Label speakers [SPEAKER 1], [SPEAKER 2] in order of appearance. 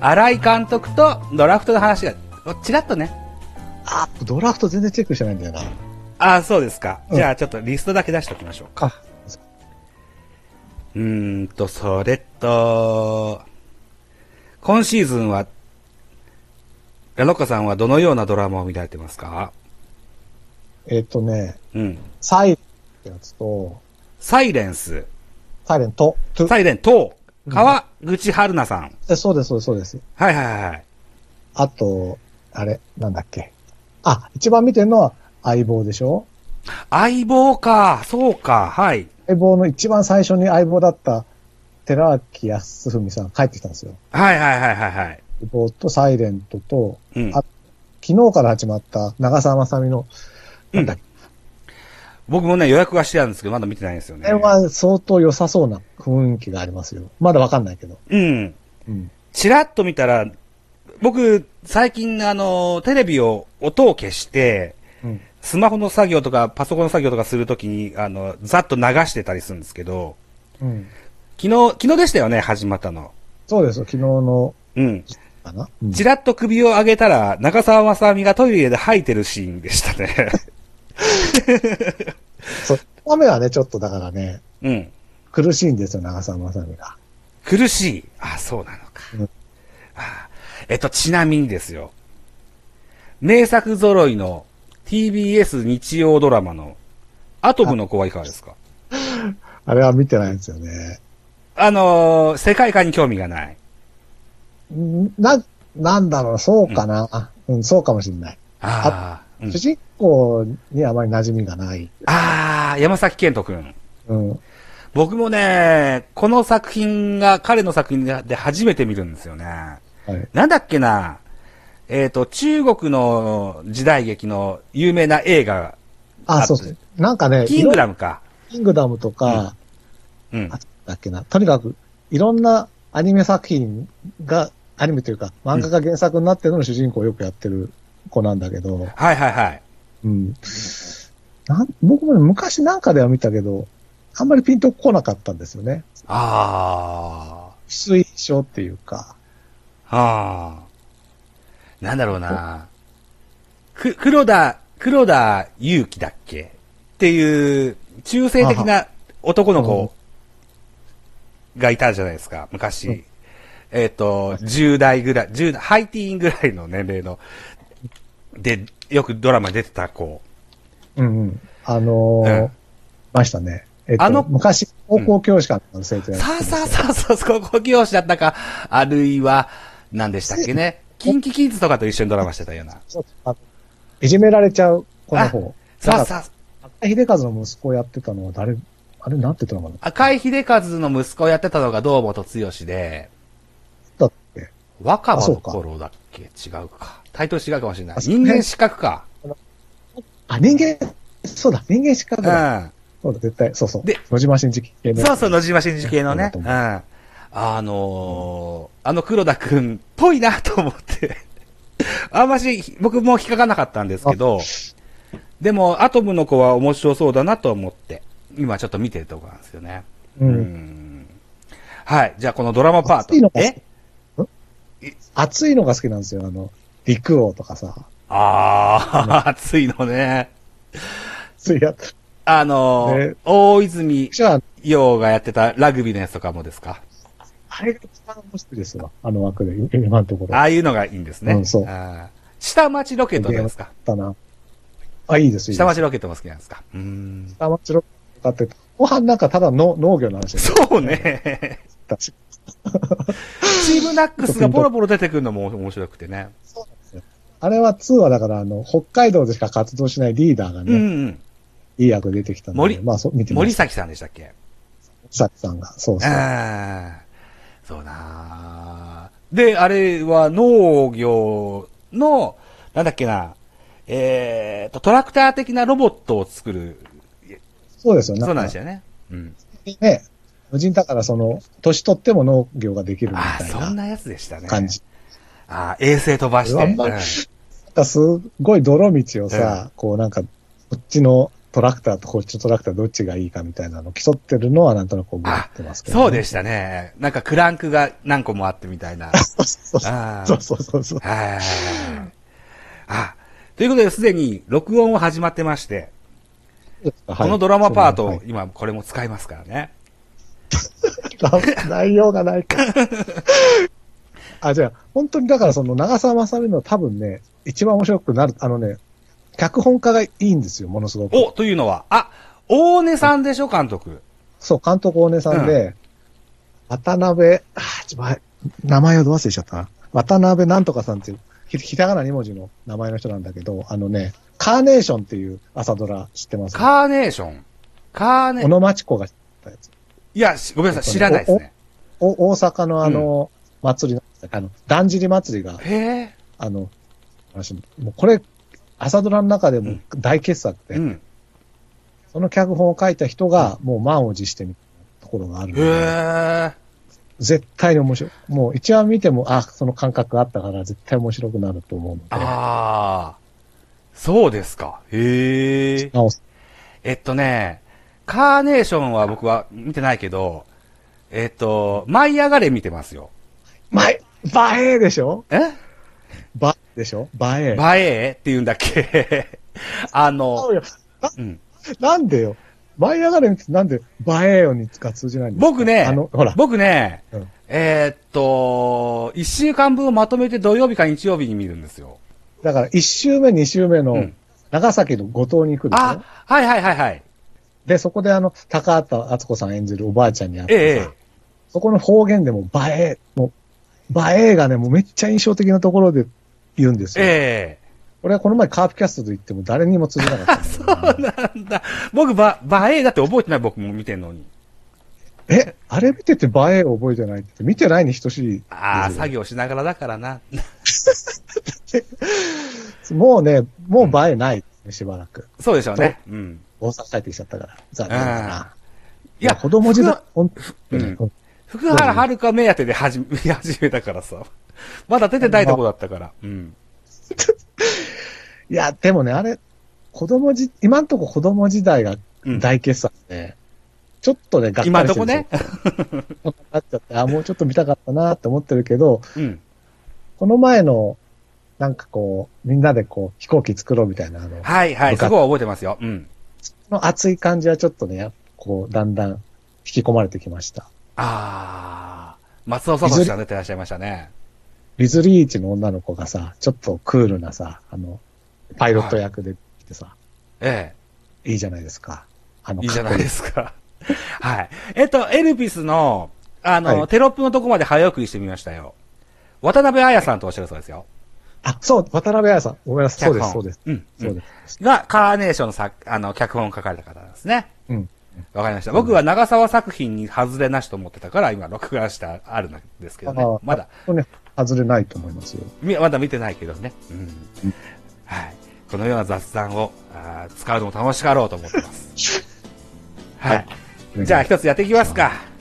[SPEAKER 1] 新井監督とドラフトの話が、ちらっとね。
[SPEAKER 2] あ、ドラフト全然チェックしてないんだよな。
[SPEAKER 1] ああ、そうですか。
[SPEAKER 2] うん
[SPEAKER 1] じゃあちょっとリストだけ出しておきましょうか。
[SPEAKER 2] あ、
[SPEAKER 1] うーんと、それと、今シーズンは、ラノッカさんはどのようなドラマを見られてますか
[SPEAKER 2] えっ、とね、
[SPEAKER 1] うん。
[SPEAKER 2] サイレンってやつと、
[SPEAKER 1] サイレンス、
[SPEAKER 2] サイレント、トゥ
[SPEAKER 1] サイレント、川口春奈さん。
[SPEAKER 2] えそうです、そうです、そうです。
[SPEAKER 1] はいはいはい。
[SPEAKER 2] あと、あれ、なんだっけ。あ、一番見てるのは相棒でしょ
[SPEAKER 1] 相棒か、そうか、はい。
[SPEAKER 2] 相棒の一番最初に相棒だった寺脇康文さんが帰ってきたんですよ。
[SPEAKER 1] はいはいはいはいはい。
[SPEAKER 2] 相棒とサイレントと、
[SPEAKER 1] うん
[SPEAKER 2] あ。昨日から始まった長澤まさみの、なんだっけ、
[SPEAKER 1] 僕もね、予約はしてたんですけど、まだ見てないんですよ
[SPEAKER 2] あ
[SPEAKER 1] ね
[SPEAKER 2] れ。は相当良さそうな雰囲気がありますよ。まだわかんないけど。
[SPEAKER 1] うん。
[SPEAKER 2] うん。
[SPEAKER 1] ちらっと見たら、僕、最近、あの、テレビを、音を消して、
[SPEAKER 2] うん。
[SPEAKER 1] スマホの作業とか、パソコンの作業とかするときに、あの、ざっと流してたりするんですけど、
[SPEAKER 2] うん。
[SPEAKER 1] 昨日、昨日でしたよね、始まったの。
[SPEAKER 2] そうですよ、昨日の、
[SPEAKER 1] うん。
[SPEAKER 2] かな、うん
[SPEAKER 1] ちらっと首を上げたら、中澤まさみがトイレで吐いてるシーンでしたね。
[SPEAKER 2] そう。雨はね、ちょっとだからね、
[SPEAKER 1] うん。
[SPEAKER 2] 苦しいんですよ、長澤まさみが。
[SPEAKER 1] 苦しい。あ、そうなのか。
[SPEAKER 2] うん
[SPEAKER 1] あえっと、ちなみにですよ。名作揃いの TBS 日曜ドラマのアトムの子はいかがですか
[SPEAKER 2] あれは見てないんですよね。
[SPEAKER 1] あのー世界観に興味がない。
[SPEAKER 2] んな、なんだろう、そうかな。うん、そうかもしれない。
[SPEAKER 1] ああ、うん
[SPEAKER 2] 主人公にあまり馴染みがない。
[SPEAKER 1] あー、山崎賢人くん。
[SPEAKER 2] うん。
[SPEAKER 1] 僕もね、この作品が、彼の作品で初めて見るんですよね。
[SPEAKER 2] はい。
[SPEAKER 1] なんだっけな、えっ、と、中国の時代劇の有名な映画、
[SPEAKER 2] あ、
[SPEAKER 1] あ
[SPEAKER 2] そうそう。なんかね、
[SPEAKER 1] キング
[SPEAKER 2] いろ
[SPEAKER 1] ダムか。
[SPEAKER 2] キングダムとか、
[SPEAKER 1] うん
[SPEAKER 2] あ。だっけな。とにかく、いろんなアニメ作品が、アニメというか、漫画が原作になってるのに主人公をよくやってる子なんだけど、
[SPEAKER 1] はいはいはい。
[SPEAKER 2] うん。なん僕もね昔なんかでは見たけど、あんまりピンとこなかったんですよね。
[SPEAKER 1] あ
[SPEAKER 2] 水晶っていうか。
[SPEAKER 1] あ。ああ。なんだろうな。く、黒田、黒田祐樹だっけっていう、中性的な男の子がいたじゃないですか、昔。
[SPEAKER 2] うん
[SPEAKER 1] えっ、と、10代ぐらい、10、ハイティーンぐらいの年齢の、で、よくドラマに出てた子。
[SPEAKER 2] うんうん。あのー
[SPEAKER 1] うん
[SPEAKER 2] ましたね。えっと、
[SPEAKER 1] あの
[SPEAKER 2] 昔、高校教師かの生徒やって
[SPEAKER 1] さ
[SPEAKER 2] ま
[SPEAKER 1] あ
[SPEAKER 2] した
[SPEAKER 1] さあさあさあ、高校教師だったか、あるいは、何でしたっけね。キンキキッズとかと一緒にドラマしてたような。
[SPEAKER 2] そうあのいじめられちゃう子の方。
[SPEAKER 1] さあ
[SPEAKER 2] さ
[SPEAKER 1] さあ、
[SPEAKER 2] あ。秀和の息子をやってたのは誰、あれなんてドラマだっ
[SPEAKER 1] 赤井秀和の息子をやってたのが堂本剛で、
[SPEAKER 2] たっけ
[SPEAKER 1] 若葉
[SPEAKER 2] あそ
[SPEAKER 1] の
[SPEAKER 2] うか
[SPEAKER 1] 頃だっけ違うか。タイトル違うかもしれない。
[SPEAKER 2] あそう
[SPEAKER 1] 人間失格か。
[SPEAKER 2] あ、人間、そうだ、人間失格
[SPEAKER 1] う
[SPEAKER 2] だ。
[SPEAKER 1] ん。
[SPEAKER 2] そうだ、絶対、そうそう。
[SPEAKER 1] で
[SPEAKER 2] 野島新次系の。
[SPEAKER 1] そうそう、野島真司系のね。
[SPEAKER 2] う
[SPEAKER 1] うんん。あのー、あの黒田くん、ぽいなと思って。あんまし、僕も引っかかんなかったんですけど、でも、アトムの子は面白そうだなと思って、今ちょっと見てるとこなんですよね。
[SPEAKER 2] う。
[SPEAKER 1] うんんはい。じゃあ、このドラマパー
[SPEAKER 2] 熱いの
[SPEAKER 1] ト。
[SPEAKER 2] が好きん熱いのが好きなんですよ。あの、陸王とかさ。
[SPEAKER 1] ああ、暑いのね。
[SPEAKER 2] そういうやつ。
[SPEAKER 1] あの、
[SPEAKER 2] ね
[SPEAKER 1] 大泉
[SPEAKER 2] じゃあ、
[SPEAKER 1] 洋がやってたラグビーのやつとかもですか
[SPEAKER 2] あれが一番面白いですわ。あの枠で、今のところ。
[SPEAKER 1] ああいうのがいいんですね。
[SPEAKER 2] うんそう
[SPEAKER 1] あー下町ロケットですか
[SPEAKER 2] だな。あ、いいです、いいです。
[SPEAKER 1] 下町ロケットも好きなんですかうーん。
[SPEAKER 2] 下町ロケットって、後半なんかただの農業の話だっ
[SPEAKER 1] そうね。
[SPEAKER 2] たし。
[SPEAKER 1] チームナックスがポロポロ出てくるのも面白くてね。
[SPEAKER 2] そうなんですよ。あれは2はだから、あの、北海道でしか活動しないリーダーが
[SPEAKER 1] う
[SPEAKER 2] ね、
[SPEAKER 1] んうん。
[SPEAKER 2] いい役で出てきたので、
[SPEAKER 1] 森
[SPEAKER 2] まあ、そう、見てみま
[SPEAKER 1] 森
[SPEAKER 2] す。
[SPEAKER 1] 崎さんでしたっけ
[SPEAKER 2] ささんが。そうそう。
[SPEAKER 1] あーそうなーで、あれは農業の、なんだっけな、えーと、トラクター的なロボットを作る。
[SPEAKER 2] そうですよ
[SPEAKER 1] そうなんです
[SPEAKER 2] よ。
[SPEAKER 1] よね。うん。
[SPEAKER 2] ね。無人だから、その、年取っても農業ができるみ
[SPEAKER 1] ああ、
[SPEAKER 2] た
[SPEAKER 1] そ
[SPEAKER 2] い
[SPEAKER 1] ん
[SPEAKER 2] な
[SPEAKER 1] なやつでしたね。
[SPEAKER 2] 感じ。
[SPEAKER 1] ああ、衛星飛ばして。
[SPEAKER 2] あんまりなんかすごい泥道をさ、こうなんか、こっちのトラクターとこっちのトラクターどっちがいいかみたいなのを競ってるのはなんとなく覚えてますけど、
[SPEAKER 1] そうで
[SPEAKER 2] し
[SPEAKER 1] したね。なんかクランクが何個もあってみたいな。
[SPEAKER 2] た。 そう
[SPEAKER 1] あー
[SPEAKER 2] そうそうそうそう。
[SPEAKER 1] はい。あ、ということで、すでに録音は始まってまして、
[SPEAKER 2] はい
[SPEAKER 1] このドラマパート、
[SPEAKER 2] はい
[SPEAKER 1] 今これも使いますからね。
[SPEAKER 2] 内容がないから。あ、じゃあ、本当にだからその長澤まさみの多分ね、一番面白くなる、あのね、脚本家がいいんですよ、ものすごく。
[SPEAKER 1] おというのは、あ、大根さんでしょ、監督。
[SPEAKER 2] そう、監督大根さんで、渡辺、あー、ちょ、ま名前をどう忘れちゃったな。渡辺なんとかさんっていう、ひひらがな2文字の名前の人なんだけど、あのね、カーネーションっていう朝ドラ知ってます
[SPEAKER 1] カーネーション。カーネ
[SPEAKER 2] 小、野町子が知ったやつ。
[SPEAKER 1] いや、しごめんなさい、知らないですね。
[SPEAKER 2] お、大阪のあの、祭りなんですよあの、だんじり祭りが
[SPEAKER 1] へえ。
[SPEAKER 2] あの、私、もうこれ、朝ドラの中でも大傑作で、
[SPEAKER 1] うん。
[SPEAKER 2] その脚本を書いた人が、もう満を持してみたいなところがあるの
[SPEAKER 1] へ
[SPEAKER 2] で、
[SPEAKER 1] え。
[SPEAKER 2] 絶対に面白い。もう一話見ても、あ、その感覚あったから絶対面白くなると思うので、
[SPEAKER 1] ああ。そうですか。へえ。
[SPEAKER 2] なお、
[SPEAKER 1] えっとね、カーネーションは僕は見てないけど、えっと、舞い上がれ見てますよ。
[SPEAKER 2] まい、ばえーでしょ
[SPEAKER 1] え
[SPEAKER 2] ば、でしょばえー。
[SPEAKER 1] バエーって言うんだっけ あの、
[SPEAKER 2] そうよ
[SPEAKER 1] うん、
[SPEAKER 2] なんでよ。舞い上がれってなんで、ばえーよにが通じないんですか
[SPEAKER 1] 僕ね
[SPEAKER 2] あの、ほら、
[SPEAKER 1] 僕ね、
[SPEAKER 2] うん
[SPEAKER 1] えーっと、一週間分をまとめて土曜日か日曜日に見るんですよ。
[SPEAKER 2] だから一周目、二周目
[SPEAKER 1] う
[SPEAKER 2] の
[SPEAKER 1] ん、
[SPEAKER 2] 長崎の五島に行くでしょ、
[SPEAKER 1] あ、はいはいはいはい。
[SPEAKER 2] で、そこであの、高畑敦子さん演じるおばあちゃんに会って
[SPEAKER 1] え
[SPEAKER 2] さ、
[SPEAKER 1] ええ
[SPEAKER 2] そこの方言でも、ばえー、もう、ばえーがね、もうめっちゃ印象的なところで言うんです
[SPEAKER 1] え
[SPEAKER 2] よ。
[SPEAKER 1] え
[SPEAKER 2] 俺はこの前カープキャストと言っても誰にも通じなか ったんだ
[SPEAKER 1] え
[SPEAKER 2] よね、
[SPEAKER 1] なんだ。僕、ば、バエーだって覚えてない僕も見てんのに。
[SPEAKER 2] え、あれ見ててばえー覚えてないって、見てないに等しい。
[SPEAKER 1] ああ、
[SPEAKER 2] うん
[SPEAKER 1] 作業しながらだからな。
[SPEAKER 2] もうね、もうばえーない、しばらく。
[SPEAKER 1] そうでしょうね。うん。
[SPEAKER 2] 大阪帰ってきちゃったから。残念だな。
[SPEAKER 1] いや、
[SPEAKER 2] 子供時代、ほん
[SPEAKER 1] う
[SPEAKER 2] うんん、
[SPEAKER 1] 福原遥目当てで始め、始めたからさ。まだ出てないとこだったから。うん。
[SPEAKER 2] いや、でもね、あれ、子供じ、今んとこ子供時代が
[SPEAKER 1] うん。
[SPEAKER 2] 大傑作で、ちょっとね、がっかり
[SPEAKER 1] 今ん
[SPEAKER 2] して
[SPEAKER 1] とこ
[SPEAKER 2] るんですよ
[SPEAKER 1] ね。
[SPEAKER 2] なっちゃって、あ、もうちょっと見たかったなって思ってるけど、
[SPEAKER 1] うん。
[SPEAKER 2] この前の、なんかこう、みんなでこう、飛行機作ろうみたいな、あの、
[SPEAKER 1] はいはい。
[SPEAKER 2] 部
[SPEAKER 1] そ
[SPEAKER 2] 活
[SPEAKER 1] こは覚えてますよ。うん。
[SPEAKER 2] の熱い感じはちょっとね、こう、だんだん引き込まれてきました。
[SPEAKER 1] あー。松尾聡さん出てらっしゃいましたね。
[SPEAKER 2] リズリーチの女の子がさ、ちょっとクールなさ、あの、パイロット役で来てさ、
[SPEAKER 1] え
[SPEAKER 2] い、いじゃないですか。あの、
[SPEAKER 1] え。いいじゃ
[SPEAKER 2] か
[SPEAKER 1] ない
[SPEAKER 2] っこ
[SPEAKER 1] ですか。 はい。えっと、エルピスの、あの、
[SPEAKER 2] はい
[SPEAKER 1] テロップのとこまで早送りしてみましたよ。渡辺彩さんとおっしゃるそうですよ。
[SPEAKER 2] あ、そう、渡辺彩さん。ごめんなさい。そうです、そうです。
[SPEAKER 1] 脚本。うん。
[SPEAKER 2] そうです。
[SPEAKER 1] が、カーネーションの作、あの、脚本を書かれた方なんですね。
[SPEAKER 2] うん。
[SPEAKER 1] わかりました。僕は長沢作品に外れなしと思ってたから、今、録画してあるんですけどね
[SPEAKER 2] ああ。
[SPEAKER 1] まだ、
[SPEAKER 2] これね、外れないと思いますよ。
[SPEAKER 1] みまだ見てないけどね。うん
[SPEAKER 2] うん。
[SPEAKER 1] はい。このような雑談を、 あー使うのも楽しかろうと思ってます。はい。じゃあ、一つやっていきますか。